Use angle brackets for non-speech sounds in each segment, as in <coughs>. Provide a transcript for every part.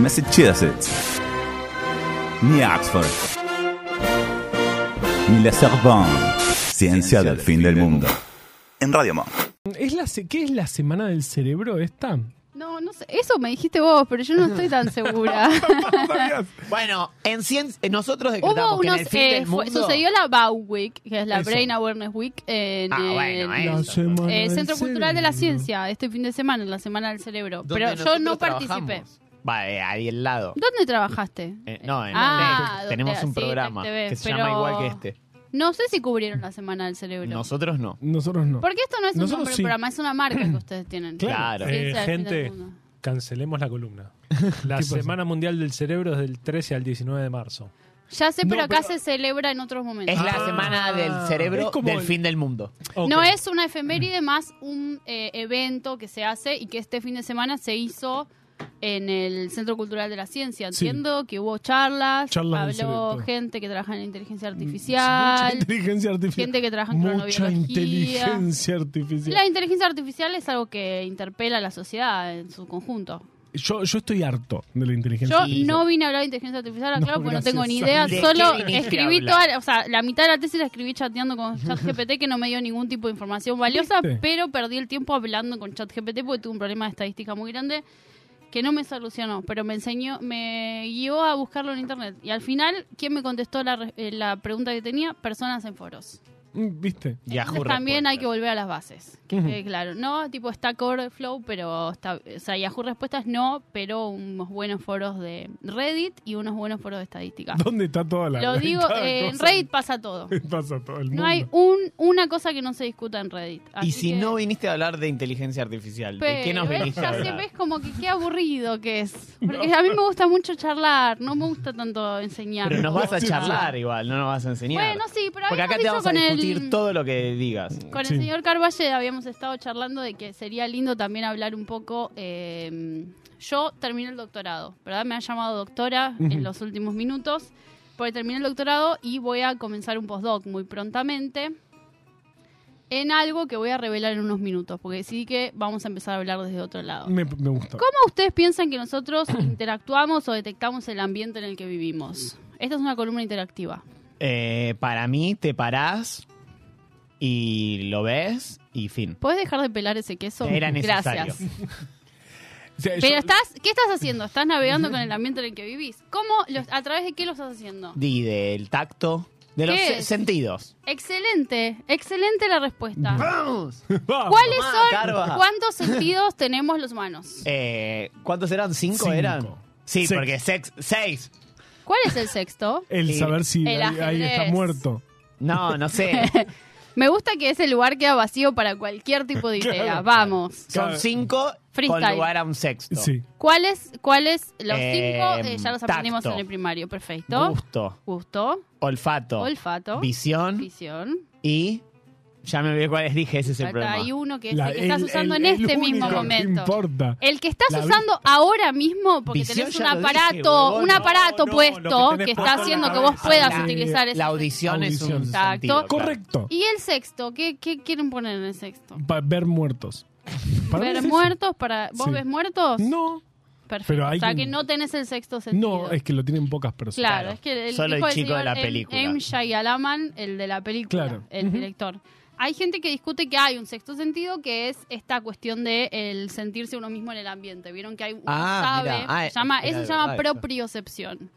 Massachusetts, ni Oxford, ni la Sorbonne. Ciencia del fin del mundo. En Radio Monk. ¿Es la, se- ¿Qué es la semana del cerebro esta? No, no sé. Eso me dijiste vos, pero yo no estoy <laughs> tan segura. Bueno, en cien- eh, nosotros <laughs> decretamos Hubo que en unos. el fin eh, del fue- mundo... sucedió la BAU Week, que es la Eso. Brain Awareness Week, en Ah, bueno, el eh. La semana eh, del Centro Cultural de la cerebro. Ciencia, este fin de semana, en la Semana del Cerebro. donde Pero yo nosotros no trabajamos. participé. Vale, ahí al lado. ¿Dónde trabajaste? Eh, no, en Ah, Tec. donde- tenemos un sí, programa Tec TV, que se pero llama igual que este. No sé si cubrieron la Semana del Cerebro. Nosotros no. Nosotros no. Porque esto no es un Nosotros nombre sí. programa, es una marca <clears throat> que ustedes tienen. Claro. Sí, Eh, es el fin del gente, mundo. cancelemos <laughs> la columna. La ¿Qué pasa? Semana Mundial del Cerebro es del 13 al 19 de marzo. Ya sé, No, pero acá pero- se celebra en otros momentos. Es la Ah, semana del es cerebro como del el- fin del mundo. Ok. No es una efeméride más un eh, evento que se hace y que este fin de semana se hizo en el Centro Cultural de la Ciencia. Sí. Entiendo que hubo charlas, Charlas del habló cerebro. gente que trabaja en inteligencia Mm, Mucha artificial, inteligencia artificial. gente que trabaja en Mucha cronobiología. inteligencia artificial. La inteligencia artificial es algo que interpela a la sociedad en su conjunto. Yo, yo estoy harto de la inteligencia Yo artificial. no vine a hablar de inteligencia artificial, No, aclaro, porque no gracias, tengo ni Sara. idea. ¿De qué Solo viniste a escribí hablar? toda, la- o sea, la mitad de la tesis la escribí chateando con <laughs> ChatGPT, que no me dio ningún tipo de información valiosa, ¿Viste? pero perdí el tiempo hablando con ChatGPT porque tuve un problema de estadística muy grande que no me solucionó, pero me enseñó, me guió a buscarlo en internet. Y al final, ¿quién me contestó la, re- eh, la pregunta que tenía? Personas en foros. Mm, ¿Viste? Yahoo Entonces, también Respuestas. hay que volver a las bases. <laughs> Que quede claro, no tipo Stack Overflow, pero está, o sea, Yahoo Respuestas no, pero unos buenos foros de Reddit y unos buenos foros <laughs> de estadística. ¿Dónde está toda la <laughs> Lo digo, cada eh, en cosa? Reddit pasa todo. <laughs> Pasa todo el mundo. No hay un, una cosa que no se discuta en Reddit. Y Así si que- no viniste a hablar de inteligencia artificial, ¿de qué nos Pero, viniste ¿ves? a Ya se hablar? ves como que qué aburrido que <laughs> es. Porque a mí me gusta mucho charlar, no me gusta tanto enseñar. Pero nos vas <laughs> a Sí, charlar igual, no nos vas a enseñar. Bueno, sí, pero Porque habíamos acá te dicho vamos a con el- discutir todo lo que digas. Con el Sí. señor Carvalle habíamos estado charlando de que sería lindo también hablar un poco. eh, yo terminé el doctorado, ¿verdad? Me ha llamado doctora en los últimos minutos, porque terminé el doctorado y voy a comenzar un postdoc muy prontamente en algo que voy a revelar en unos minutos, porque decidí que vamos a empezar a hablar desde otro lado. Me, me gustó. ¿Cómo ustedes piensan que nosotros <clears throat> interactuamos o detectamos el ambiente en el que vivimos? Esta es una columna interactiva. Eh, para mí, te parás y lo ves y fin. ¿Puedes dejar de pelar ese queso? Era necesario. Gracias. O sea, yo- Pero estás, ¿qué estás haciendo? Estás navegando con el ambiente en el que vivís. ¿Cómo los- a través de qué lo estás haciendo? Y del tacto, de los ¿Qué se- es? sentidos. Excelente, excelente la respuesta. ¡Vamos! <laughs> Vamos. ¿Cuáles Tomá, son Carva. <laughs> cuántos sentidos tenemos los humanos? Eh, ¿Cuántos eran? ¿Cinco, Cinco. eran? Sí, Seis. porque sex, seis. ¿Cuál es el sexto? El Sí. saber si El ahí, ahí ajedrez. está muerto. No, <laughs> no sé. Me gusta que ese lugar queda vacío para cualquier tipo de idea. Vamos. Son cinco Freestyle. con lugar a un sexto. Sí. ¿Cuáles? ¿Cuáles? Los Eh, cinco eh, ya los aprendimos tacto. en el primario. Perfecto. Gusto, Gusto, olfato, olfato, visión visión. y... Ya me olvidé cuáles dije, ese es el Falta problema. hay uno que es La- el que estás el- usando el- en el este mismo único que momento. importa. El que estás La usando ahora mismo, porque Visión tenés un ya lo dije, aparato, huevón. un No, aparato no, lo puesto que que, tenés está puesto en haciendo la que vos cabeza. puedas La- utilizar ese. La audición es un Audición. sentido, claro. Correcto. Y el sexto, ¿qué, qué quieren poner en el sexto? Para ver muertos. Para mí ¿Ver es eso. muertos? Para... ¿Vos Sí. ves muertos? No, Perfecto. pero hay o sea, un- que no tenés el sexto sentido. no, es que lo tienen pocas personas. Claro, es que el Solo el hijo del chico de señor la M- película. M. Shyamalan, el de la película, Claro. el director. Hay gente que discute que hay un sexto sentido que es esta cuestión de el sentirse uno mismo en el ambiente. Vieron que hay un Ah, sabe, mirá. Ah, se llama, era eso se de llama verdad eso. propriocepción.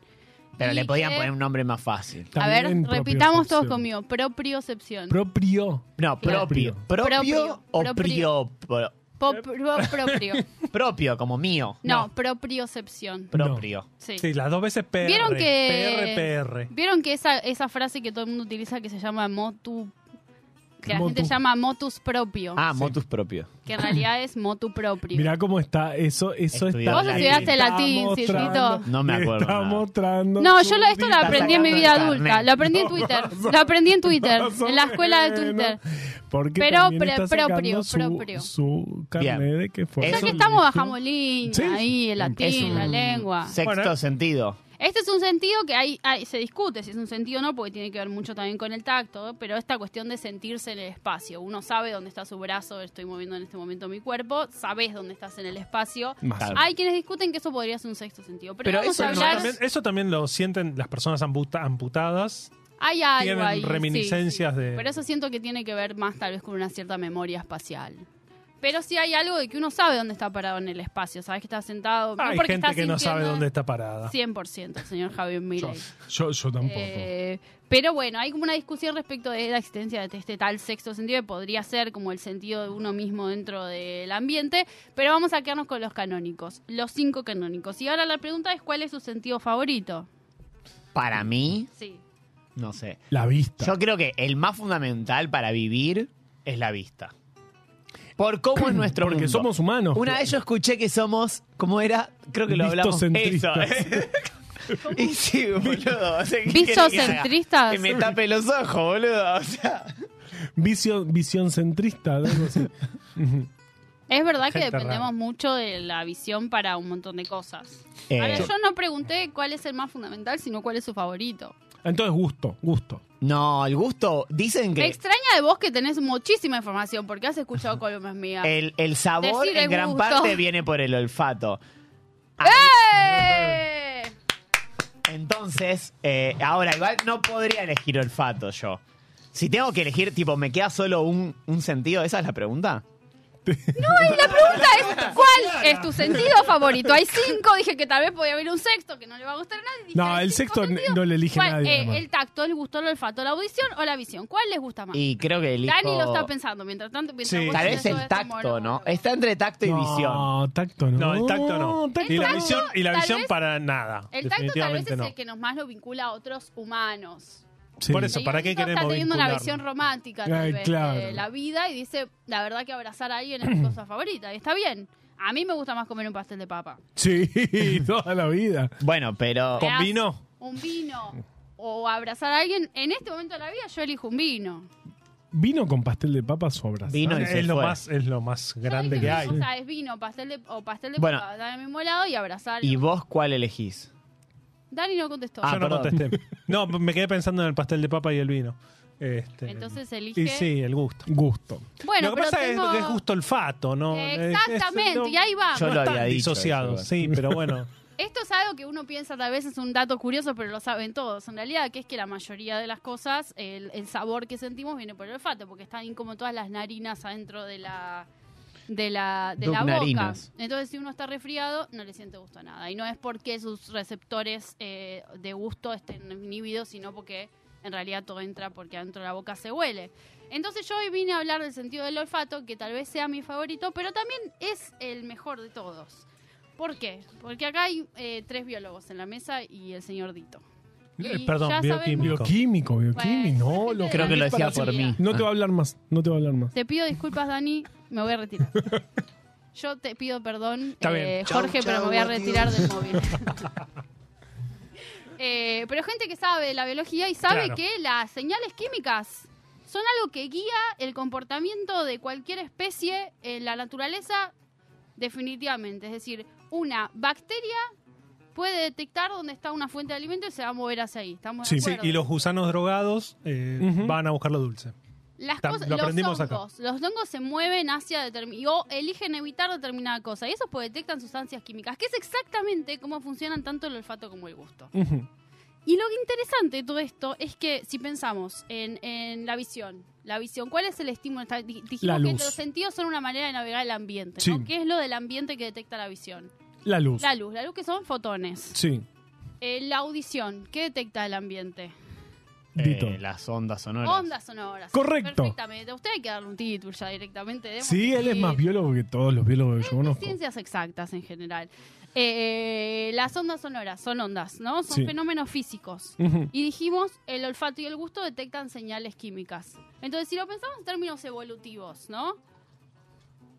Pero Y le podían que- poner un nombre más fácil. A ver, También repitamos todos propiocepción. conmigo, propriocepción. Proprio. No, Claro. propio. Propio. Propio o Propio. prio- pro- Po- pro- proprio. Propio, como mío. No, propriocepción. Propio. Sí. Sí, las dos veces PR. Vieron que- PR, PR. Vieron que esa, esa frase que todo el mundo utiliza que se llama motu que la gente Motu. llama motus propio, Ah, motus propio. que en realidad es motu propio. Mirá cómo está eso. Eso Estudió está. Vos estudiaste latín, Está Circito. mostrando- No me acuerdo Está nada. mostrando. No, su yo lo- esto lo vida. aprendí en mi sacando vida el adulta. carnet. Lo aprendí en Twitter. Lo aprendí en Twitter. Más o En la escuela de menos. Twitter. Ah, Porque Pero también pre- está sacando proprio, su, propio. Su carnet Bien. de que fue. Ya Eso que le estamos dijo. bajamos línea Sí. ahí, el Es latín, un la lengua. Sexto Bueno. sentido. Este es un sentido que hay, hay- se discute si es un sentido o no, porque tiene que ver mucho también con el tacto, pero esta cuestión de sentirse en el espacio. Uno sabe dónde está su brazo, estoy moviendo en este momento mi cuerpo, sabes dónde estás en el espacio. Claro. Hay quienes discuten que eso podría ser un sexto sentido, pero, Pero vamos eso a no hablar... también- eso también lo sienten las personas amputa- amputadas. Hay algo tienen ahí, sí, reminiscencias sí. de- Pero eso siento que tiene que ver más tal vez con una cierta memoria espacial. Pero sí hay algo de que uno sabe dónde está parado en el espacio, sabes que está sentado. no Hay porque gente está que no sabe sintiendo- dónde está parada. 100%, señor Javier Milei. Yo, yo tampoco. Eh, pero bueno, hay como una discusión respecto de la existencia de este tal sexto sentido, que podría ser como el sentido de uno mismo dentro del ambiente, pero vamos a quedarnos con los canónicos, los cinco canónicos. Y ahora la pregunta es, ¿cuál es su sentido favorito? Para mí, Sí. no sé. La vista. Yo creo que el más fundamental para vivir es la vista. Por cómo es nuestro Porque mundo. somos humanos. Una vez yo escuché que somos, ¿cómo era? Creo que lo hablamos. Eso. ¿eh? Vistocentristas. <laughs> y sí, boludo. O sea, ¿qué querés que haga? ¿Vistocentristas? Que me tape los ojos, boludo. O sea, Visión, visión centrista, ¿no? algo <laughs> así. Es verdad que Gente dependemos rara. mucho de la visión para un montón de cosas. Eh, Ahora, yo no pregunté cuál es el más fundamental, sino cuál es su favorito. Entonces, gusto, gusto. no, el gusto, dicen Me que extraña de vos que tenés muchísima información, porque has escuchado columnas mías. el, el sabor Decir el en gran gusto. parte viene por el olfato. ¡Eh! Entonces, eh, ahora igual no podría elegir olfato yo. Si tengo que elegir, tipo, ¿me queda solo un, un sentido? ¿Esa es la pregunta? La pregunta es, ¿cuál es tu sentido favorito? Hay cinco, dije que tal vez podía haber un sexto, que no le va a gustar a nadie. dije, No, hay el cinco sexto sentidos. no lo elige ¿Cuál, nadie. eh, nomás. ¿El tacto, el gusto, el olfato, la audición o la visión? ¿Cuál les gusta más? Y creo que elijo... Dani lo está pensando, mientras tanto, mientras Sí. vos Tal haces vez todo el este tacto, monólogo. ¿no? Está entre tacto y visión. No, tacto no. No, el tacto no. tacto y la tacto, visión, y la tal visión vez- para nada. El tacto tal vez definitivamente es no. el que nos más lo vincula a otros humanos. Sí. Por eso, Y ¿para qué uno Está queremos teniendo una vincularnos? visión romántica tal Ay, vez, claro. de la vida y dice, la verdad que abrazar a alguien es mi <clears throat> cosa favorita. Y está bien. A mí me gusta más comer un pastel de papa. Sí, <laughs> toda la vida. Bueno, pero... Me ¿Con hace vino? Un vino. O abrazar a alguien. En este momento de la vida yo elijo un vino. Vino con pastel de papas o abrazado. Vino y se es, lo fue. más, es lo más grande Yo dije que una hay. cosa es vino pastel de, o pastel de Bueno. papa. Dame el mismo lado y abrazar. ¿Y vos cuál elegís? Dani no contestó. Ah, Yo no perdón. contesté. <laughs> No, me quedé pensando en el pastel de papa y el vino. Este, Entonces Y elige... sí, el gusto. Gusto. Bueno, lo que pero pasa tengo- es que es gusto olfato, ¿no? Es- es- Exactamente, no- y ahí va. Yo no lo están había dicho disociados, eso, sí, pero <laughs> bueno. Esto es algo que uno piensa tal vez es un dato curioso, pero lo saben todos. En realidad, que es que la mayoría de las cosas, el, el sabor que sentimos viene por el olfato, porque están como todas las narinas adentro de la de la, de la boca. Dugnarinas. Entonces, si uno está resfriado, no le siente gusto a nada. Y no es porque sus receptores eh, de gusto estén inhibidos, sino porque en realidad todo entra porque adentro de la boca se huele. Entonces yo hoy vine a hablar del sentido del olfato, que tal vez sea mi favorito, pero también es el mejor de todos. ¿Por qué? Porque acá hay eh, tres biólogos en la mesa y el señor Dito. Y Eh, Perdón, ya bioquímico. Bioquímico, bioquímico. Bueno, no, lo- Creo que lo decía por mí. no te va a hablar más. No te va a hablar más. Te pido disculpas, Dani, me voy a <laughs> retirar. Yo te pido perdón, Está eh, bien. Jorge, pero me voy a retirar <laughs> del móvil. <laughs> Eh, pero gente que sabe de la biología y sabe Claro. que las señales químicas son algo que guía el comportamiento de cualquier especie en la naturaleza definitivamente. Es decir, una bacteria puede detectar dónde está una fuente de alimento y se va a mover hacia ahí. ¿Estamos de Sí, sí, acuerdo? y los gusanos drogados eh, Ujú. van a buscar lo dulce. Las Tam- cosas, lo aprendimos los acá. hongos, los hongos se mueven hacia determin- o eligen evitar determinada cosa y eso pues detectan sustancias químicas, que es exactamente cómo funcionan tanto el olfato como el gusto. Ujú. Y lo interesante de todo esto es que si pensamos en, en la visión, la visión, ¿cuál es el estímulo? Está- di- La dijimos que luz. los sentidos son una manera de navegar el ambiente, Sí. ¿no? ¿Qué es lo del ambiente que detecta la visión? La luz. La luz, la luz que son fotones. Sí. Eh, la audición, ¿qué detecta el ambiente? Dito. Eh, las ondas sonoras. Ondas sonoras. Correcto. Perfectamente. A usted hay que darle un título ya directamente. demos Sí, el él es más título. biólogo que todos los biólogos que yo conozco. Ciencias exactas en general. Eh, las ondas sonoras son ondas, ¿no? Son Sí. fenómenos físicos. Ujú. Y dijimos, el olfato y el gusto detectan señales químicas. Entonces, si lo pensamos en términos evolutivos, ¿no?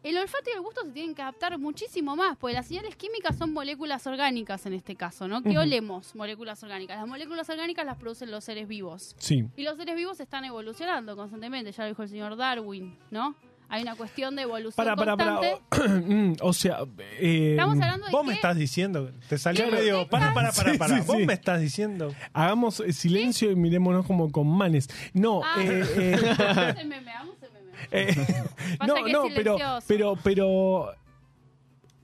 El olfato y el gusto se tienen que adaptar muchísimo más, porque las señales químicas son moléculas orgánicas en este caso, ¿no? ¿Qué olemos? Moléculas orgánicas. Las moléculas orgánicas las producen los seres vivos. Sí. Y los seres vivos están evolucionando constantemente, ya lo dijo el señor Darwin, ¿no? Hay una cuestión de evolución Para, para, para. constante. <clears throat> Mm, o sea, eh, Estamos hablando de Vos que- Eh, me estás diciendo. Te salió ¿Qué medio. contestas? Para, para, para, Sí, para. sí, Vos sí. me estás diciendo. hagamos eh, silencio y mirémonos como con manes. No, Ah. eh, <laughs> eh, Vamos al meme, vamos al meme. Eh, <laughs> <laughs> Pasa no, que es no, pero, silencioso. pero, pero.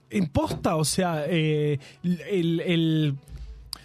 En posta, o sea, eh, el, el-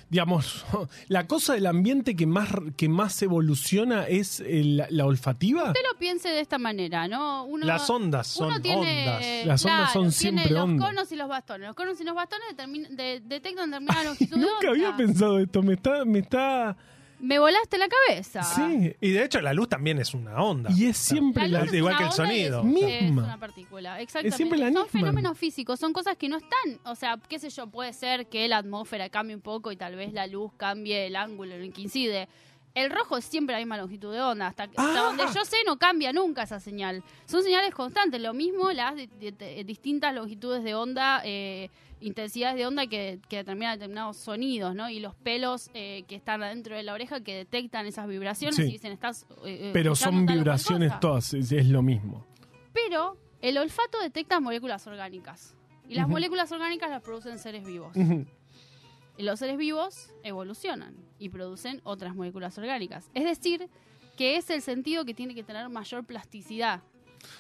Digamos, <laughs> la cosa del ambiente que más, que más evoluciona es el- la olfativa. Usted lo piense de esta manera, ¿no? Uno, Las ondas son uno tiene, ondas. Las ondas son tiene siempre los ondas. conos y los bastones. Los conos y los bastones determin- de- detectan determinada longitud <laughs> de Nunca había onda. pensado esto, me está, me está. Me volaste la cabeza. Sí, Y de hecho, la luz también es una onda. y es siempre La la, luz es igual una que el onda y es- sonido. Es, Misma. una partícula, exactamente. siempre la son misma. fenómenos físicos, son cosas que no están, o sea, qué sé yo, puede ser que la atmósfera cambie un poco y tal vez la luz cambie el ángulo en el que incide. El rojo es siempre la misma longitud de onda, hasta, hasta Ah. donde yo sé no cambia nunca esa señal. Son señales constantes, lo mismo las di- di- eh, distintas longitudes de onda, eh, intensidades de onda que, que determinan determinados sonidos, ¿no? Y los pelos eh, que están adentro de la oreja que detectan esas vibraciones Sí. y dicen, estás... eh, eh, Pero escuchando son tal o cual vibraciones cosa" todas, es, es lo mismo. pero el olfato detecta moléculas orgánicas. Y las moléculas orgánicas las producen seres vivos. Ujú. Y los seres vivos evolucionan y producen otras moléculas orgánicas. Es decir, que es el sentido que tiene que tener mayor plasticidad.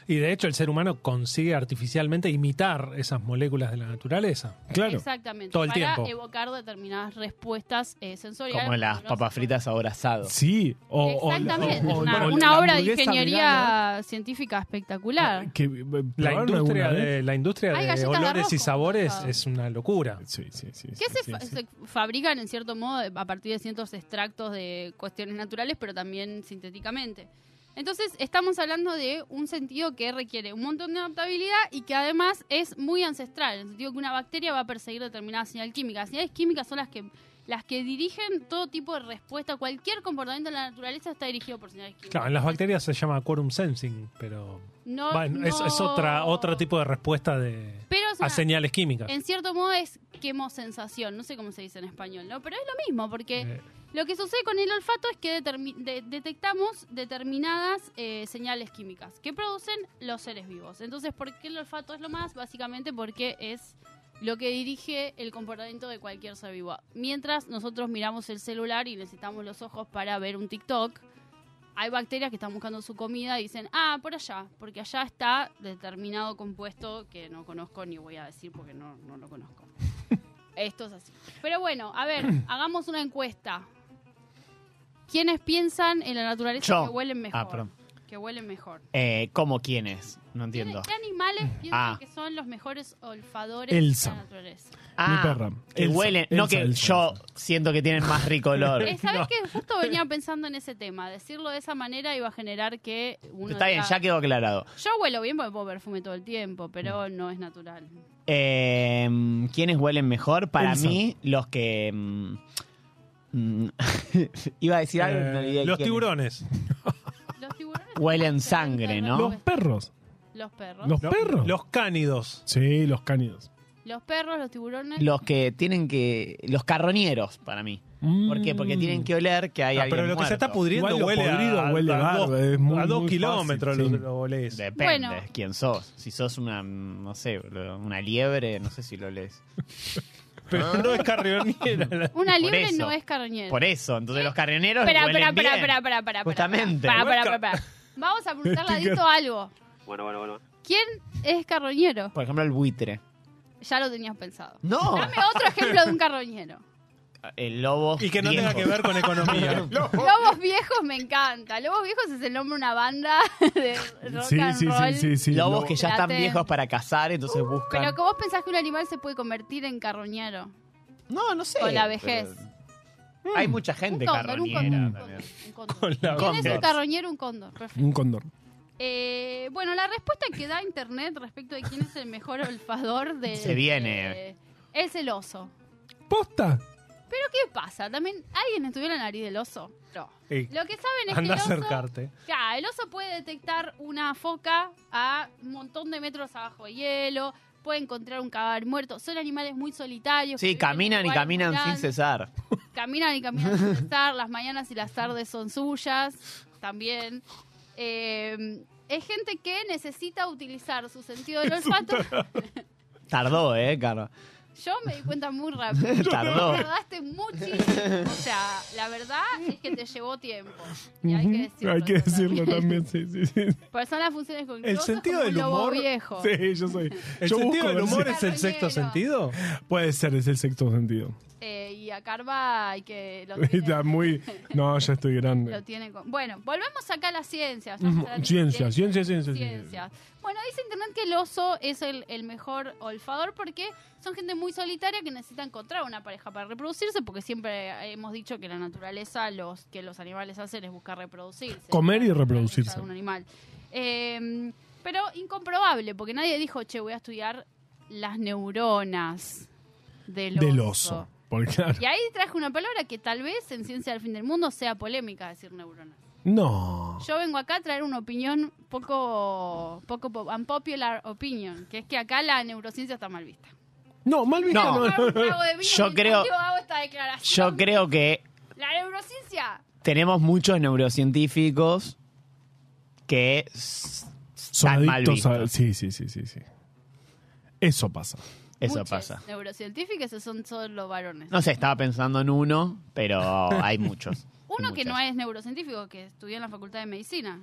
Y de hecho, el ser humano consigue artificialmente imitar esas moléculas de la naturaleza. Claro. Exactamente. Todo el para tiempo. evocar determinadas respuestas eh, sensoriales. Como las poderosas. papas fritas ahora asado. Sí, o, o- Exactamente. o- o- una o la una obra de hamburguesa ingeniería vegana, científica espectacular. que, eh, La probaron industria, alguna vez. de, la industria Hay de galletas de olores arroz y con sabores cacao. es una locura. Sí, sí, sí. Que sí, se, sí, fa- sí. se fabrican en cierto modo de- a partir de ciertos extractos de cuestiones naturales, pero también sintéticamente. Entonces, estamos hablando de un sentido que requiere un montón de adaptabilidad y que además es muy ancestral, en el sentido que una bacteria va a perseguir determinada señal química. Las señales químicas son las que las que dirigen todo tipo de respuesta, cualquier comportamiento de la naturaleza está dirigido por señales químicas. Claro, en las bacterias se llama quorum sensing, pero No- bueno, es, es Oh, no- otra, otro tipo de respuesta de, Pero es a una- señales químicas. en cierto modo es quemosensación, no sé cómo se dice en español, ¿no? Pero es lo mismo, porque Eh, Lo que sucede con el olfato es que determi- de- detectamos determinadas eh, señales químicas que producen los seres vivos. Entonces, ¿por qué el olfato es lo más? Básicamente porque es lo que dirige el comportamiento de cualquier ser vivo. Mientras nosotros miramos el celular y necesitamos los ojos para ver un TikTok, hay bacterias que están buscando su comida y dicen, ah, por allá, porque allá está determinado compuesto que no conozco ni voy a decir porque no, no lo <laughs> conozco. Esto es así. Pero bueno, a ver, hagamos una encuesta. ¿Quiénes piensan en la naturaleza Yo. que huelen mejor? Ah, perdón. Que huelen mejor. Eh, ¿Cómo quiénes? No ¿Qué entiendo. qué animales piensan Ah. que son los mejores olfadores Elsa. de la naturaleza? Ah, perra. Que Elsa, huelen. No Elsa, que Elsa, yo Elsa. siento que tienen más <laughs> rico olor. Eh, Sabes que <laughs> justo venía pensando en ese tema. Decirlo de esa manera iba a generar que uno. Está bien, diga, ya quedó aclarado. Yo huelo bien porque pongo perfume todo el tiempo, pero Mm. no es natural. Eh, ¿Quiénes huelen mejor? Para Elsa. mí, los que. mm, mm, <laughs> iba a decir algo. eh, me olvidé los quiénes. tiburones. Los tiburones. Huelen tienen sangre, cierta ¿no? Los respuesta. perros. Los perros. Los Lo- perros. Los cánidos. Sí, los cánidos. Los perros, los tiburones. Los que tienen que. Los carroñeros, para mí. ¿Por qué? Porque tienen que oler que hay Mm. Ah, alguien pero lo que se está muerto. pudriendo Igual lo huele, podrido a, huele a bárbaro, dos, es muy- a dos muy kilómetros fácil, lo, sí. lo olés. Depende Bueno. quién sos. Si sos una, no sé, boludo, una liebre, no sé si lo lees. Pero no es <laughs> carrionera. Una por liebre eso. no es carroñera. Por eso, entonces los carroñeros Espera, huelen espera, bien. espera, espera, espera, espera. Justamente. Espera, espera, espera, espera. <laughs> Vamos a preguntarle a Dito algo. Bueno, bueno, bueno. ¿Quién es carroñero? Por ejemplo, el buitre. Ya lo tenías pensado. No, Dame otro ejemplo de un carroñero. el lobo. Y que no viejo. tenga que ver con <laughs> economía. Lobos Viejos me encanta. Lobos Viejos es el nombre de una banda <laughs> de rock Sí, and sí, roll. sí, sí, sí. Lobos lo- que ya están Laten. viejos para cazar, entonces buscan. Uh, Pero que vos pensás que un animal se puede convertir en carroñero. No, no sé. Con la vejez. Mm. pero Hay mucha Un gente cóndor, un cóndor. carroñera un también. cóndor, <laughs> un cóndor. Con la- ¿Quién es un Cóndor. carroñero? Un cóndor. Perfecto. Un cóndor. <laughs> Eh, bueno, la respuesta que da internet respecto de quién es el mejor olfador de. <laughs> Se viene. eh, es el oso. ¿Posta? Pero ¿qué pasa? También alguien estudió la nariz del oso. No. Eh, Lo que saben es Anda a que el oso, acercarte. Claro, el oso puede detectar una foca a un montón de metros abajo de hielo, puede encontrar un cadáver muerto. Son animales muy solitarios. que Sí, viven en caminan y lugares caminan muy sin grandes. cesar. Caminan y caminan sin cesar. Las mañanas y las tardes son suyas también. Eh, Es gente que necesita utilizar su sentido del olfato. Tardó, ¿eh, Carlos? Yo me di cuenta muy rápido. <laughs> Tardó. Tardaste muchísimo. O sea, la verdad es que te llevó tiempo. Y hay que decirlo. Hay que decirlo <laughs> también, sí, sí, sí. Por son las funciones con El sentido del humor. viejo. Sí, yo soy. ¿El yo sentido busco del ver si- humor es el sexto sentido? Puede ser, es el sexto sentido. Eh, y a Carva hay que <laughs> lo Está tiene, muy. No, ya estoy lo grande. tiene con- Bueno, volvemos acá a las ciencias. Ujú, Vamos a las Ciencia, ciencias. ciencia, ciencia, ciencia. Ciencias. Bueno, dice internet que el oso es el, el mejor olfador porque son gente muy solitaria que necesita encontrar una pareja para reproducirse, porque siempre hemos dicho que la naturaleza, los que los animales hacen es buscar reproducirse. Comer y La naturaleza reproducirse. de Un animal. Eh, pero incomprobable, porque nadie dijo, che, voy a estudiar las neuronas del Del oso. Porque claro. Y ahí traje una palabra que tal vez en Ciencia del Fin del Mundo sea polémica decir neuronas. No. Yo vengo acá a traer una opinión poco, poco po- unpopular opinion, que es que acá la neurociencia está mal vista. No, mal vista No. no. Hago un trago de vino Yo mientras creo- yo hago esta declaración. Yo creo que La neurociencia. tenemos muchos neurocientíficos que s- Son están mal adictos a- vistos. Sí, sí, sí, sí, sí. Eso pasa. Eso Muchas pasa. Neurocientíficas son solo varones. No sé, estaba pensando en uno, pero hay muchos. Uno que no Muchas. es neurocientífico, que estudió en la Facultad de Medicina.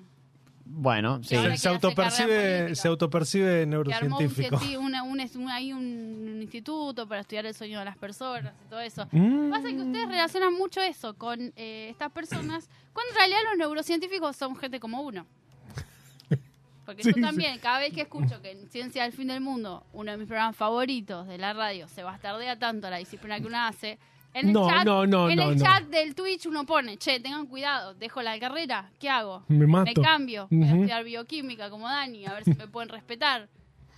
Bueno, sí. ahora Se quiere hacer carrera autopercibe, política. se autopercibe Que armó un, neurocientífico. <laughs> cienti- una- un- es- un- hay un, un instituto para estudiar el sueño de las personas y todo eso. Mm. Pasa que ustedes relacionan mucho eso con eh, estas personas, cuando en realidad los neurocientíficos son gente como uno. Porque Sí, yo sí. también, cada vez que escucho que en Ciencia del Fin del Mundo, uno de mis programas favoritos de la radio, se bastardea tanto la disciplina que uno hace, en el, No, chat, no, no, en no, el no. chat del Twitch uno pone, che, tengan cuidado, dejo la carrera, ¿qué hago? Me Me mato. cambio, voy a Ujú. estudiar bioquímica como Dani, a ver si me pueden respetar.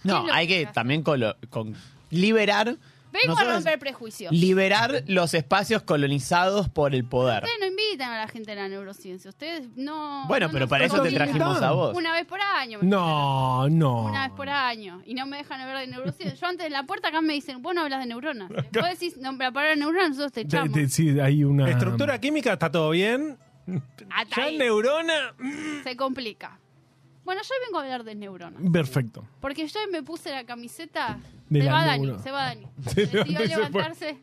No, hay que también colo- con liberar. Vengo nosotros- a romper prejuicios. Liberar los espacios colonizados por el poder. Ustedes no invitan a la gente a la neurociencia. Ustedes no. Bueno, no pero nos para eso te invitan. trajimos a vos. Una vez por año. me No, no. invitan. Una vez por año. Y no me dejan hablar de neurociencia. Yo antes en la puerta acá me dicen, vos no hablas de neuronas. Vos decís, no, pero para neuronas nosotros te De- echamos. de- sí, hay una. Estructura química, ¿está todo bien? Hasta Ya ahí neurona. se complica. Bueno, yo vengo a hablar de neuronas. Perfecto. Porque yo me puse la camiseta. De se la va Dani, neurona. se va Dani. Sí, Decidió ¿dónde se fue? levantarse.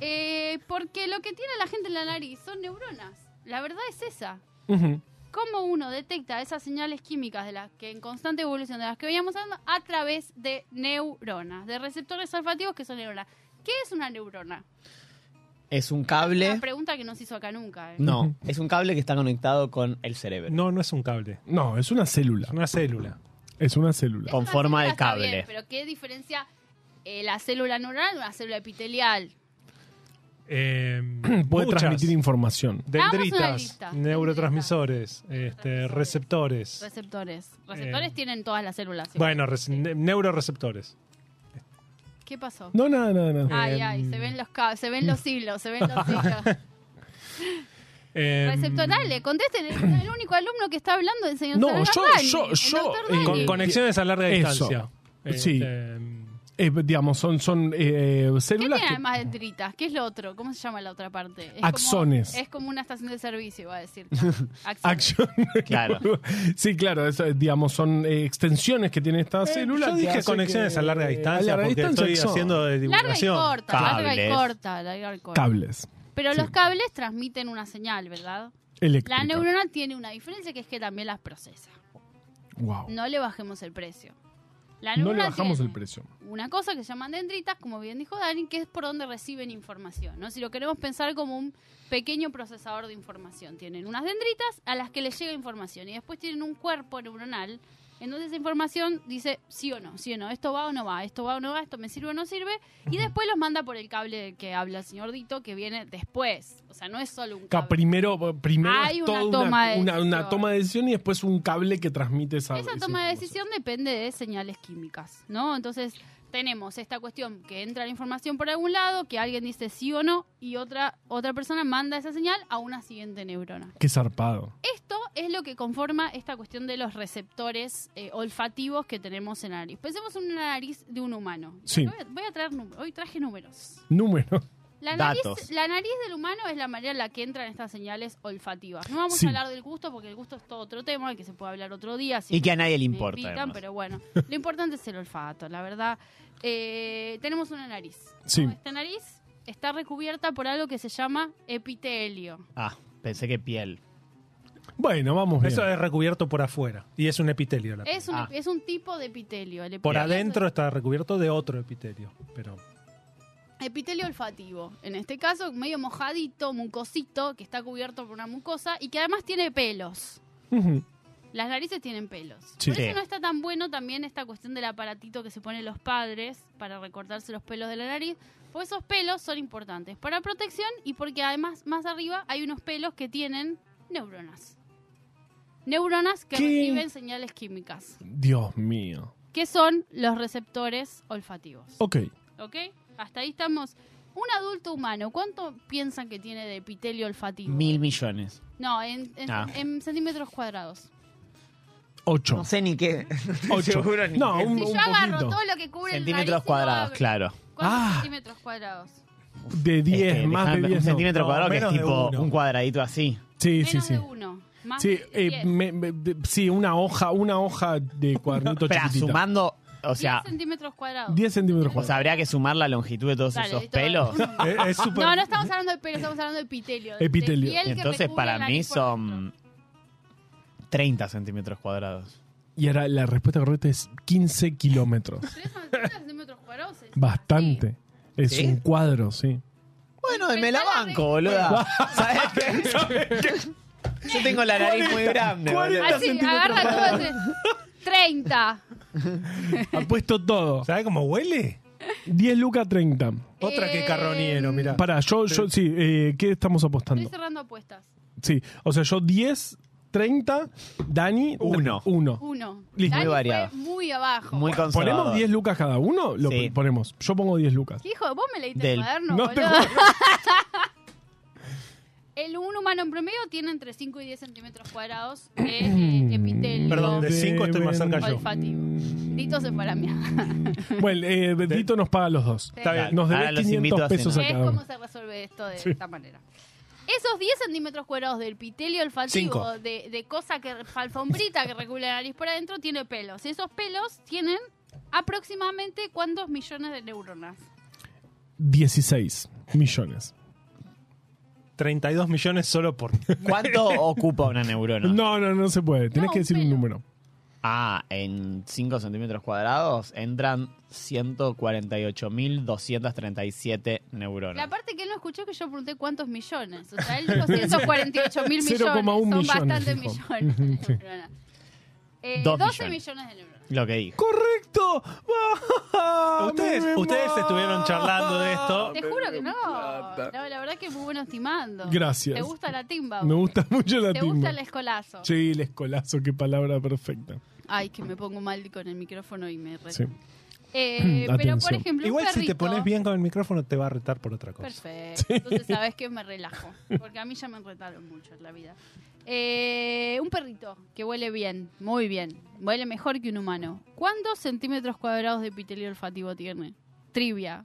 Eh, porque lo que tiene la gente en la nariz son neuronas. La verdad es esa. Ujú. cómo uno detecta esas señales químicas de las que en constante evolución de las que veníamos hablando a través de neuronas, de receptores olfativos que son neuronas. ¿Qué es una neurona? Es un Una cable. pregunta que no se hizo acá nunca. ¿eh? No, es un cable que está conectado con el cerebro. No, no es un cable. No, es una Es célula. una célula. Es una célula. Con Una forma célula de está cable. bien, pero ¿qué diferencia eh, la célula neuronal de una célula epitelial? <clears throat> Eh, Puede muchas. transmitir información. Hagamos una lista. Dendritas, neurotransmisores, este, receptores. Receptores. Receptores Eh. tienen todas las células. ¿sí? Bueno, res- ne- neuroreceptores. ¿Qué pasó? No, Eh. nada, nada, nada. Ay, ay, se ven los cab- se <laughs> ven los hilos, se ven los hilos. Eh, Receptor, dale, contesten. Es el único alumno que está hablando enseñando No, yo- yo- yo, eh, Con conexiones a larga Eso. distancia. Este, em, Sí. Eh, digamos, son, son eh, ¿Qué células tiene que. además de tritas? ¿Qué es lo otro? ¿Cómo se llama la otra parte? Es como- Axones. es como una estación de servicio, iba <laughs> a decir. Axones. Action. Claro. sí, claro, eso, digamos, son eh, extensiones que tiene esta célula. Eh, Yo que dije hace conexiones que- a larga distancia a larga porque distancia estoy son haciendo de Larga y divulgación. corta, larga y Cables. corta, larga y corta. Cables. Pero Sí. los cables transmiten una señal, ¿verdad? Eléctrica. La neurona tiene una diferencia que es que también las procesa. Wow. No le bajemos el precio. La No le neurona bajamos tiene el precio. Una cosa que se llaman dendritas, como bien dijo Dani, que es por donde reciben información. ¿no? Si lo queremos pensar como un pequeño procesador de información, tienen unas dendritas a las que les llega información y después tienen un cuerpo neuronal en donde esa información dice sí o no, sí o no, esto va o no va, esto va o no va, esto me sirve o no sirve, y después los manda por el cable del que habla el señor Dito, que viene después. O sea, no es solo un Ca- cable. Primero, primero Hay es una toda toma de una, una decisión. toma de decisión y después un cable que transmite esa, Esa toma de decisión depende de señales químicas, ¿no? Entonces tenemos esta cuestión que entra la información por algún lado, que alguien dice sí o no, y otra, otra persona manda esa señal a una siguiente neurona. Qué zarpado. Esto es lo que conforma esta cuestión de los receptores eh, olfativos que tenemos en la nariz. Pensemos en una nariz de un humano. Sí. Voy a, voy a traer números. Hoy traje números. Número. La La nariz, Datos. la nariz del humano es la manera en la que entran estas señales olfativas. No vamos Sí. a hablar del gusto porque el gusto es todo otro tema que se puede hablar otro día. si Y que a me- nadie le me importa, invitan, además. pero bueno, lo importante es el olfato, la verdad. Eh, tenemos una nariz. ¿no? Sí. Esta nariz está recubierta por algo que se llama epitelio. Ah, pensé que piel. Bueno, vamos bien. Eso es recubierto por afuera y es un epitelio. la- Es un, Ah. es un tipo de epitelio. El por epitelio es- adentro está recubierto de otro epitelio, pero Epitelio olfativo. En este caso, medio mojadito, mucosito, que está cubierto por una mucosa y que además tiene pelos. Ujú. Las narices tienen pelos. Sí. Por Sí. eso no está tan bueno también esta cuestión del aparatito que se ponen los padres para recortarse los pelos de la nariz, porque esos pelos son importantes para protección y porque además más arriba hay unos pelos que tienen neuronas. Neuronas que ¿Qué? reciben señales químicas, Dios mío. que son los receptores olfativos. Ok. ¿Ok? Hasta ahí estamos. Un adulto humano, ¿cuánto piensan que tiene de epitelio olfativo? Mil millones. No, en, en- Ah. en centímetros cuadrados. Ocho. No sé ni <laughs> qué. Ocho. Seguro ni No, qué. un- Si yo un agarro poquito. todo lo que cubre el Centímetros nariz y lo cuadrados, abro, claro. ¿Cuántos Ah. centímetros cuadrados? De diez, Este, más de dejame- diez. Un no. centímetro No, cuadrado que es menos de tipo uno. un cuadradito así. Sí, sí, Menos sí. de uno. Más Sí, de eh, diez. me- me- de- sí, una hoja, una hoja de cuadernito Espera, chiquitita. sumando, o Diez sea, centímetros cuadrados. 10 centímetros o sea, cuadrados. habría que sumar la longitud de todos Dale, esos listo, <laughs> pelos. vale. es, es súper- No, no estamos hablando de pelo, estamos hablando de epitelio. de- Epitelio. de piel que Entonces, recubre la para mí nariz por son dentro. 30 centímetros cuadrados. Y ahora la respuesta correcta es 15 kilómetros. Tres centímetros, centímetros cuadrados. es- Bastante. Es ¿Sí? un cuadro, sí. Bueno, Pensá me la la banco, re- boluda. <laughs> ¿Sabes qué? Yo tengo la nariz muy grande, boludo. Así, agarra todo ese- 30. Ha puesto todo. ¿Sabe cómo huele? 10 lucas 30. Otra que Eh, carroñero, mira. Para, yo, yo, sí, eh, ¿qué estamos Estoy apostando? cerrando apuestas. Sí, o sea, yo 10, 30, Dani, Uno. 1. Uno. Listo. Dani Muy fue variado. muy abajo. Muy conservador. ¿Ponemos 10 lucas cada uno? Lo Sí. ponemos. Yo pongo 10 lucas. ¿Qué hijo? de- ¿Vos me leíste Del- el cuaderno, No te boludo? juro. <laughs> El un humano en promedio tiene entre 5 y 10 centímetros cuadrados de eh, epitelio. Perdón, de cinco estoy más cerca yo. Olfativo. Dito se fue a la mierda. <laughs> Bueno, eh, Dito nos paga los dos. Está bien. Nos Ahora debes los invito 500 a pesos a Es cada cómo uno. se resuelve esto de esta manera. Esos 10 centímetros cuadrados del epitelio olfativo, Cinco. de, de cosa que, alfombrita que recubre la nariz por adentro, tiene pelos. Esos pelos tienen aproximadamente cuántos millones de neuronas. 16 millones. 32 millones solo por. ¿Cuánto <laughs> ocupa una neurona? No, no, no se puede. Tenés No, que decir un pero- número. Ah, en 5 centímetros cuadrados entran 148.237 La neuronas. parte que él no escuchó es que yo pregunté cuántos millones. O sea, <laughs> él dijo 148 mil millones. 0,1 Son millones, bastantes dijo. millones de <laughs> neuronas. Eh, Dos 12 millones. millones de neuronas. Lo que dijo. ¡Correcto! <laughs> Ustedes, ustedes estuvieron charlando de esto. Te juro que no. No, la verdad es que muy buenos timando. Gracias. ¿Te gusta la timba? Me gusta mucho la ¿Te gusta timba. el escolazo? Sí, el escolazo, qué palabra perfecta. Ay, que me pongo mal con el micrófono y me re... Sí. <clears throat> Eh, pero, por Atención. ejemplo, Igual un si te perrito- pones bien con el micrófono te va a retar por otra cosa. Perfecto. <laughs> Entonces sabes que me relajo. Porque a mí ya me retaron mucho en la vida. Eh, un perrito que huele bien, muy bien. Huele mejor que un humano. ¿Cuántos centímetros cuadrados de epitelio olfativo tiene? Trivia.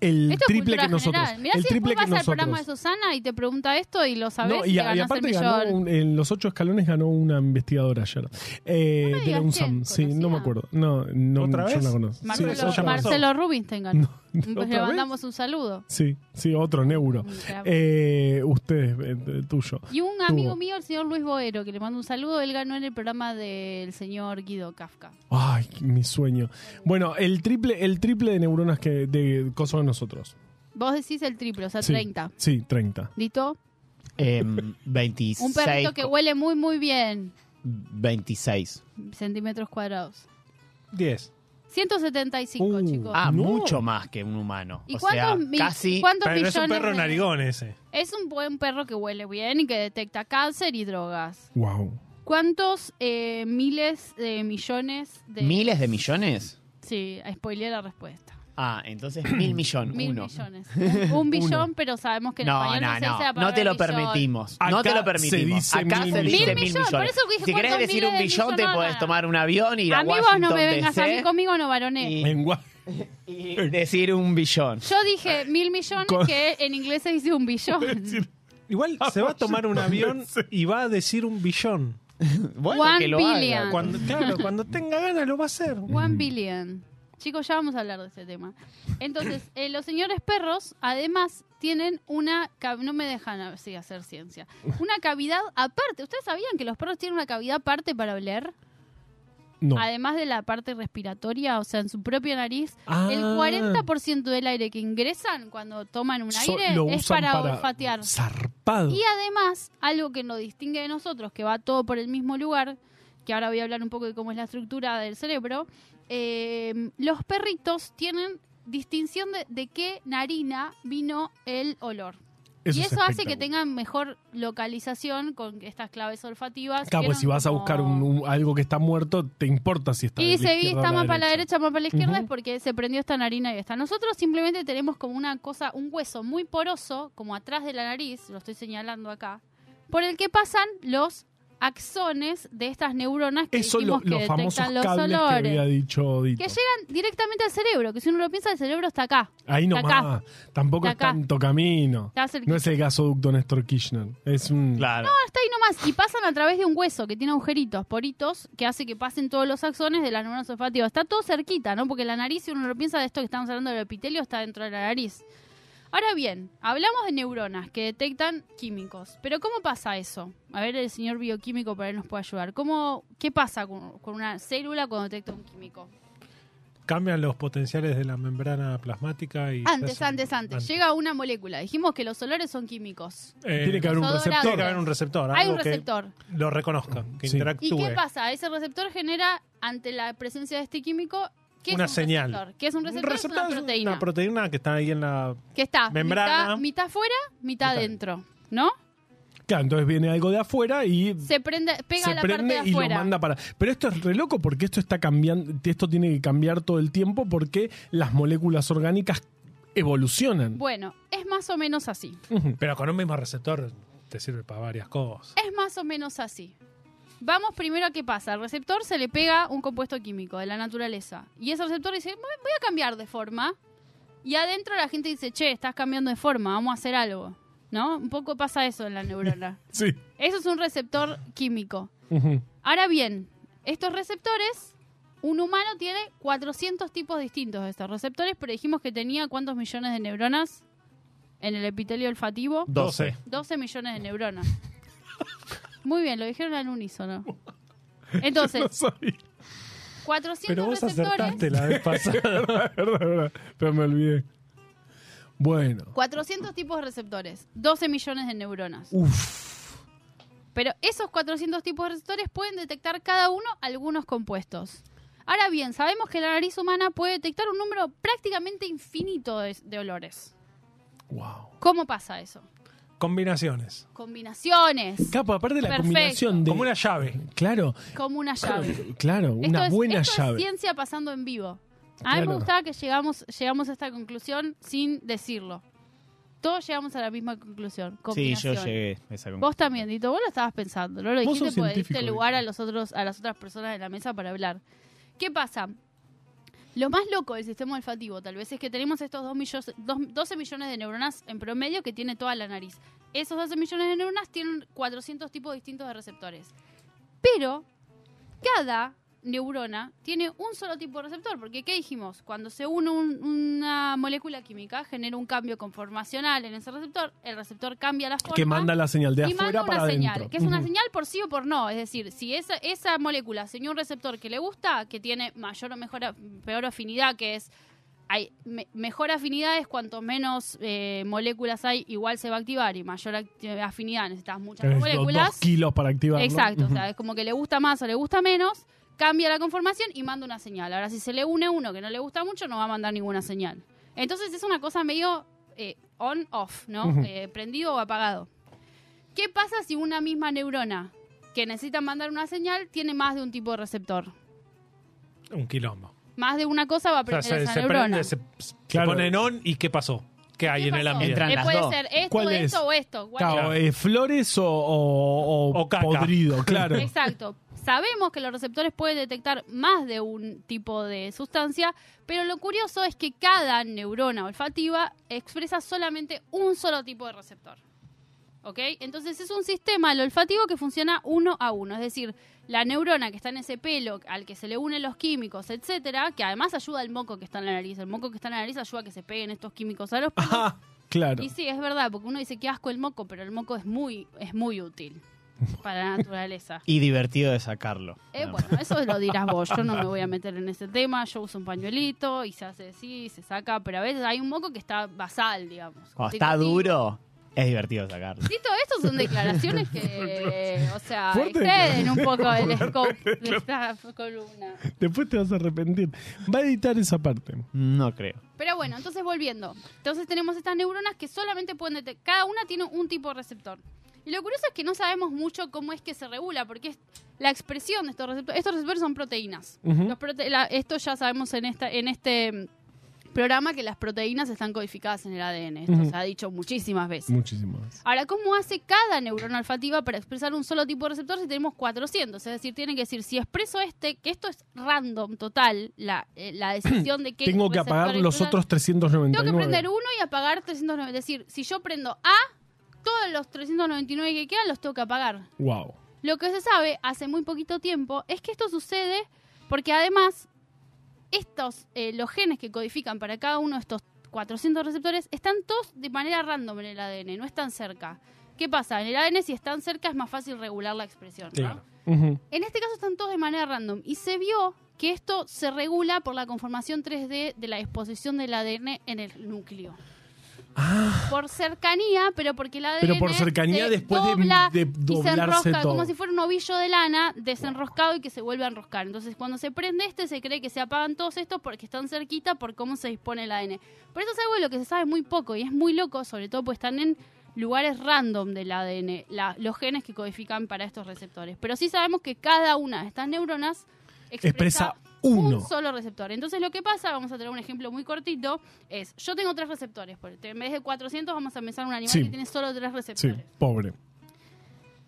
El Esto es triple cultura que nosotros. general. Mirá el si triple después que vas al nosotros. programa de Susana y te pregunta esto y lo sabes No, y, y, te a- y ganas aparte el ganó millón. un- en los ocho escalones ganó una investigadora ayer. Eh, de la digas UNSAM. quién, Sí, no me ¿conocida? acuerdo. No, no ¿Otra yo vez? la conozco. Marcelo, eso ya pasó. Marcelo Rubinstein ganó. No, no, Pues le ¿otra vez? mandamos un saludo. Sí, sí, otro neuro. Mirá. Eh, ustedes, eh, tuyo. Y un amigo Tuvo. mío, el señor Luis Boero, que le mando un saludo, él ganó en el programa del señor Guido Kafka. Ay, mi sueño. Bueno, el triple, el triple de neuronas que de cosas de nosotros. Vos decís el triple, o sea, Sí, 30. Sí, 30. ¿Listo? Em, 26. Un perrito que huele muy, muy bien. 26. Centímetros cuadrados. 10. 175, Uh, chicos. Ah, No. mucho más que un humano. ¿Y o sea, cuántos, mi- casi. cuántos Pero millones? es un perro de- narigón ese. Es un buen perro que huele bien y que detecta cáncer y drogas. Wow. ¿Cuántos eh, miles de millones de...? ¿Miles de millones? Sí, spoileé la respuesta. Ah, entonces <clears throat> mil millones. Mil uno. <laughs> millones. Un- Un billón, pero sabemos que en No, español no, no, se dice la no. No te lo palabra billón. permitimos. no Acá te lo se permitimos. dice Acá mil se dice millones. mil Mil millones. millones, por eso dije si querés cuántos decir un miles de billón, te millones, podés no, no. tomar un avión, ir a, A mí vos Washington no me vengas a DC. mí, conmigo no varones. y- Lenguaje. y decir un billón. Yo dije mil millones, Con- que en inglés se dice un billón. Igual se va a tomar un avión y va a decir un billón. <laughs> <laughs> Bueno, One que lo billion. haga. Cuando, claro, cuando tenga ganas lo va a hacer. One billion. Chicos, ya vamos a hablar de este tema. <coughs> Entonces, eh, los señores perros, además, tienen una... ca- No me dejan así hacer ciencia. Una cavidad aparte. ¿Ustedes sabían que los perros tienen una cavidad aparte para oler? No. Además de la parte respiratoria, o sea, en su propia nariz. Ah. El 40% del aire que ingresan cuando toman un So- aire lo es usan para, olfatear. Zarpado. Y además, algo que nos distingue de nosotros, que va todo por el mismo lugar, que ahora voy a hablar un poco de cómo es la estructura del cerebro, eh, los perritos tienen distinción de, de qué narina vino el olor. y es eso hace que espectacular. tengan mejor localización con estas claves olfativas. Claro, pues ¿Vieron? si vas a Como- buscar un- un- algo que está muerto, te importa si está de y la se vi, izquierda está o más para la derecha. derecha, más para la izquierda, Ujú. es porque se prendió esta narina y esta. Nosotros simplemente tenemos como una cosa, un hueso muy poroso, como atrás de la nariz, lo estoy señalando acá, por el que pasan los axones de estas neuronas que Eso lo- dijimos que los famosos detectan los cables que olores. había dicho Dito. que llegan directamente al cerebro, que si uno lo piensa, el cerebro está acá. Ahí de nomás. acá. Tampoco De es acá. tanto camino. Está cerquita. No es el gasoducto Néstor Kirchner. Es un. Claro. Está ahí nomás y pasan a través de un hueso que tiene agujeritos, poritos, que hace que pasen todos los axones de la neurona olfativa. Está todo cerquita, ¿no? Porque la nariz, si uno lo piensa de esto que estamos hablando del epitelio, está dentro de la nariz. Ahora bien, hablamos de neuronas que detectan químicos. Pero ¿cómo pasa eso? A ver, el señor bioquímico para él nos puede ayudar. ¿Cómo, ¿Qué pasa con, con una célula cuando detecta un químico? Cambian los potenciales de la membrana plasmática y. Antes, antes, antes. Llega una molécula. Dijimos que los olores son químicos. tiene que haber un Desodorantes. receptor. Tiene que haber un receptor. Hay algo un receptor. Que lo reconozca, que Sí. interactúe. ¿Y qué pasa? Ese receptor genera, ante la presencia de este químico, ¿qué Una es un señal. receptor? ¿Qué es un Un receptor? Es una receptor proteína. proteína que está ahí en la. que está membrana. mitad, mitad fuera, mitad Mitad. dentro, ¿no? Claro, entonces viene algo de afuera y. Se prende, pega se la prende parte de y lo afuera. manda para. Pero esto es re loco porque esto está cambiando, esto tiene que cambiar todo el tiempo porque las moléculas orgánicas evolucionan. Bueno, es más o menos así. Ujú. Pero con un mismo receptor te sirve para varias cosas. Es más o menos así. Vamos primero a qué pasa. Al receptor se le pega un compuesto químico de la naturaleza. Y ese receptor dice, "Voy- voy a cambiar de forma. Y adentro la gente dice, che, estás cambiando de forma, vamos a hacer algo. ¿No? Un poco pasa eso en la neurona. Sí. Eso es un receptor químico. Ujú. Ahora bien, estos receptores, un humano tiene 400 tipos distintos de estos receptores, pero dijimos que tenía cuántos millones de neuronas en el epitelio olfativo. 12. 12 millones de neuronas. Muy bien, lo dijeron al unísono. <laughs> Entonces, Sorry. 400 Pero vos receptores. acertaste la <laughs> vez pasada. Verdad, verdad. Pero me olvidé. Bueno. 400 tipos de receptores, 12 millones de neuronas. Uf. Pero esos 400 tipos de receptores pueden detectar cada uno algunos compuestos. Ahora bien, sabemos que la nariz humana puede detectar un número prácticamente infinito de, de olores. Wow. ¿Cómo pasa eso? Combinaciones. Combinaciones, Capo, aparte de la Perfecto. combinación de. Como una llave. Claro, como una llave. claro, una esto es, buena esto es llave. ciencia pasando en vivo. A mí Claro. me gustaba que llegamos, llegamos a esta conclusión sin decirlo. Todos llegamos a la misma conclusión. Sí, yo combinación. llegué a esa conclusión. Vos también, Dito, vos lo estabas pensando, ¿no? Lo Vos dijiste sos porque científico, diste Dito. lugar a, los otros, a las otras personas de la mesa para hablar. ¿Qué pasa? Lo más loco del sistema olfativo, tal vez, es que tenemos estos dos millos- dos- 12 millones de neuronas en promedio que tiene toda la nariz. Esos 12 millones de neuronas tienen 400 tipos distintos de receptores. Pero cada neurona tiene un solo tipo de receptor, porque ¿qué dijimos? Cuando se une un- una molécula química, genera un cambio conformacional en ese receptor, el receptor cambia la forma Que manda la señal de y manda afuera una para señal, adentro. que es una Ujú. señal por sí o por no. Es decir, si esa, esa molécula señala un receptor que le gusta, que tiene mayor o mejor, a- peor afinidad, que es. Hay me- mejor afinidad es cuanto menos eh, moléculas hay, igual se va a activar. Y mayor acti- afinidad necesitas muchas Tenés los dos moléculas. kilos para activarlo. Exacto, Ujú. o sea, es como que le gusta más o le gusta menos, cambia la conformación y manda una señal. Ahora, si se le une uno que no le gusta mucho, no va a mandar ninguna señal. Entonces es una cosa medio eh, on-off, ¿no? Ujú. Eh, prendido o apagado. ¿Qué pasa si una misma neurona que necesita mandar una señal tiene más de un tipo de receptor? Un quilombo. Más de una cosa va a O sea, prender se, esa se neurona. prende, se, se Claro. pone en on y ¿qué pasó? ¿Qué hay ¿Qué en el pasó? ambiente? Entran Eh, las puede dos. ser esto, ¿Cuál esto es? o esto. ¿Cuál Claro, Claro. eh, flores o, o, o O caca. <laughs> podrido, claro. Exacto. Sabemos que los receptores pueden detectar más de un tipo de sustancia, pero lo curioso es que cada neurona olfativa expresa solamente un solo tipo de receptor. ¿Ok? Entonces es un sistema, el olfativo, que funciona uno a uno. Es decir, la neurona que está en ese pelo, al que se le unen los químicos, etcétera, que además ayuda al moco que está en la nariz. El moco que está en la nariz ayuda a que se peguen estos químicos a los pelos. Ah, claro. Y sí, es verdad, porque uno dice que asco el moco, pero el moco es muy, es muy útil para la naturaleza. Y divertido de sacarlo. Eh, bueno, eso lo dirás vos. Yo no me voy a meter en ese tema. Yo uso un pañuelito y se hace así, se saca. Pero a veces hay un moco que está basal, digamos. Cuando Oh, está Complicativo. duro, es divertido sacarlo. Sí, todo esto son declaraciones que, o sea, Fuerte exceden un poco el scope de esta columna. Después te vas a arrepentir. Va a editar esa parte. No creo. Pero bueno, entonces volviendo. Entonces tenemos estas neuronas que solamente pueden detectar. Cada una tiene un tipo de receptor. Y lo curioso es que no sabemos mucho cómo es que se regula, porque es la expresión de estos receptores. Estos receptores son proteínas. Ujú. Los prote- la- esto ya sabemos en, esta, en este mm, programa que las proteínas están codificadas en el ADN. Esto Ujú. se ha dicho muchísimas veces. Muchísimas. Ahora, ¿cómo hace cada neurona olfativa para expresar un solo tipo de receptor si tenemos 400? Es decir, tiene que decir, si expreso este, que esto es random total, la, eh, la <clears throat> decisión de qué Tengo que apagar receptor los expresar. otros Tengo 399. que prender uno y apagar 399. Es decir, si yo prendo A, todos los 399 que quedan los tengo que apagar. Wow. Lo que se sabe hace muy poquito tiempo es que esto sucede porque además estos, eh, los genes que codifican para cada uno de estos 400 receptores están todos de manera random en el ADN, no están cerca. ¿Qué pasa? En el ADN si están cerca es más fácil regular la expresión. ¿no? Claro. Ujú. En este caso están todos de manera random y se vio que esto se regula por la conformación 3D de la exposición del ADN en el núcleo. Por cercanía, pero porque el ADN Pero por cercanía se después de- dobla de y se doblarse enrosca todo. como si fuera un ovillo de lana desenroscado y que se vuelve a enroscar. Entonces, cuando se prende este, se cree que se apagan todos estos porque están cerquita por cómo se dispone el ADN. Pero eso es algo de lo que se sabe muy poco y es muy loco, sobre todo porque están en lugares random del ADN, la- los genes que codifican para estos receptores. Pero sí sabemos que cada una de estas neuronas Expresa expresa, uno. un solo receptor. Entonces lo que pasa, vamos a tener un ejemplo muy cortito, es yo tengo tres receptores, por- en vez de 400 vamos a pensar en un animal Sí. que tiene solo tres Sí, receptores. pobre.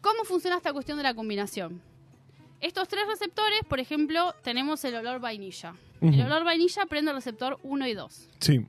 ¿Cómo funciona esta cuestión de la combinación? Estos tres receptores, por ejemplo, tenemos el olor vainilla. El Ujú. olor vainilla prende el receptor 1 y 2. Sí,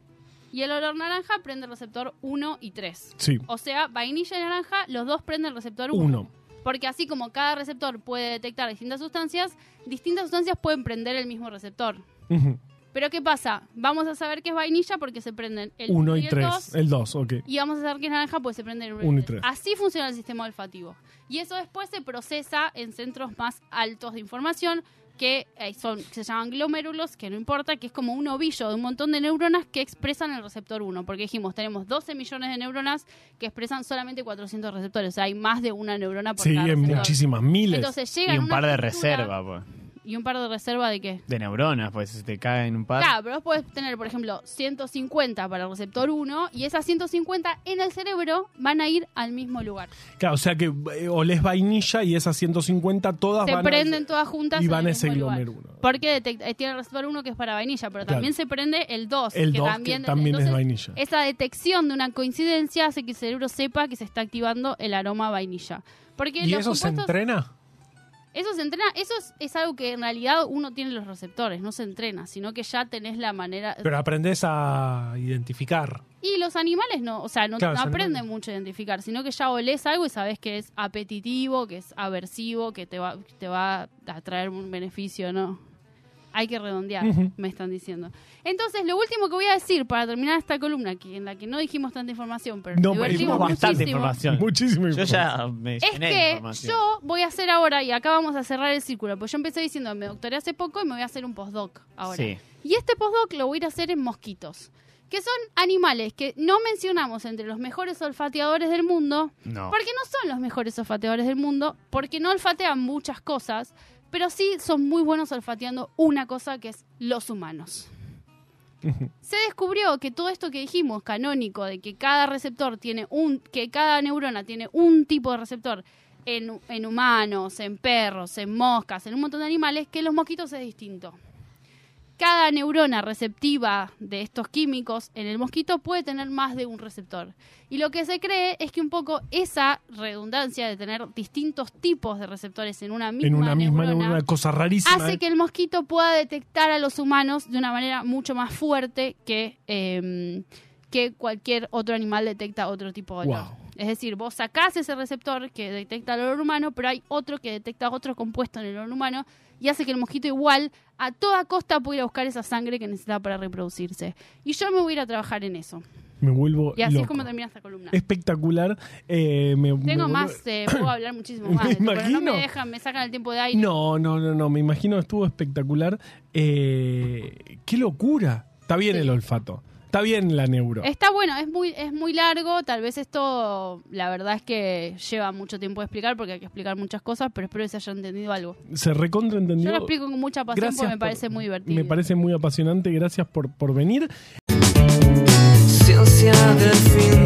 Y el olor naranja prende el receptor 1 y 3. sí. O sea, vainilla y naranja, los dos prenden el receptor 1. Uno. Porque así como cada receptor puede detectar distintas sustancias, distintas sustancias pueden prender el mismo receptor. Ujú. Pero ¿qué pasa? Vamos a saber que es vainilla porque se prenden el Uno uno y el tres. dos, El dos, ok. y vamos a saber que es naranja porque se prenden el uno Uno y y el tres. tres. Así funciona el sistema olfativo. Y eso después se procesa en centros más altos de información que eh, son que se llaman glomérulos, que no importa, que es como un ovillo de un montón de neuronas que expresan el receptor 1. Porque dijimos, tenemos 12 millones de neuronas que expresan solamente 400 receptores. O sea, hay más de una neurona por Sí, cada en receptor. muchísimas miles. Entonces llega Y un una par de estructura- reserva, pues. ¿Y un par de reserva de qué? De neuronas, pues si te caen un par. Claro, pero vos podés tener, por ejemplo, 150 para el receptor 1 y esas 150 en el cerebro van a ir al mismo lugar. Claro, o sea que eh, olés vainilla y esas 150 todas se Ah, van a- prenden todas juntas y en van el a ese mismo lugar. glomérulo. Porque detecta- eh, tiene el receptor 1 que es para vainilla, pero Claro. también se prende el 2. El dos, que también es entonces, vainilla. Esa detección de una coincidencia hace que el cerebro sepa que se está activando el aroma a vainilla. Porque ¿Y los eso se compuestos- entrena? Eso se entrena, eso es, es algo que en realidad uno tiene los receptores, no se entrena, sino que ya tenés la manera, Pero aprendes a identificar. Y los animales no, o sea, no, Claro, no los aprenden animales. mucho a identificar, sino que ya olés algo y sabes que es apetitivo, que es aversivo, que te va, te va a traer un beneficio, ¿no? Hay que redondear, me están diciendo. Entonces, lo último que voy a decir para terminar esta columna, que en la que no dijimos tanta información, pero nos No, pero divertimos Dimos dimos bastante muchísimo, información. Muchísimo. Yo ya me es llené de que información. yo voy a hacer ahora, y acá vamos a cerrar el círculo, porque yo empecé diciendo, me doctoré hace poco y me voy a hacer un postdoc ahora. Sí. Y este postdoc lo voy a ir a hacer en mosquitos, que son animales que no mencionamos entre los mejores olfateadores del mundo, No. porque no son los mejores olfateadores del mundo, porque no olfatean muchas cosas, pero sí son muy buenos olfateando una cosa que es los humanos. Se descubrió que todo esto que dijimos, canónico, de que cada receptor tiene un, que cada neurona tiene un tipo de receptor en, en humanos, en perros, en moscas, en un montón de animales, que en los mosquitos es distinto. Cada neurona receptiva de estos químicos en el mosquito puede tener más de un receptor. Y lo que se cree es que un poco esa redundancia de tener distintos tipos de receptores en una misma, en una misma neurona, una cosa rarísima. hace que el mosquito pueda detectar a los humanos de una manera mucho más fuerte que, eh, que cualquier otro animal detecta otro tipo de olor. Wow. Es decir, vos sacás ese receptor que detecta el olor humano, pero hay otro que detecta otro compuesto en el olor humano y hace que el mosquito igual a toda costa pueda ir a buscar esa sangre que necesita para reproducirse. Y yo me voy a ir a trabajar en eso. Me vuelvo Y así es loco. como termina esta columna. Espectacular. Eh, me- me Tengo vuelvo- más, eh, puedo <coughs> hablar muchísimo más. de esto, pero no imagino. me dejan, me sacan el tiempo de aire. No, no, no, no. Me imagino estuvo espectacular. Eh, qué locura. Está bien Sí. el olfato. Está bien la neuro. Está bueno, es muy, es muy largo. Tal vez esto, la verdad es que lleva mucho tiempo de explicar porque hay que explicar muchas cosas, pero espero que se haya entendido algo. Se recontra Yo entendió. lo explico con mucha pasión Gracias porque me por- parece muy divertido. Me parece muy apasionante. Gracias por, por venir. Ciencia del fin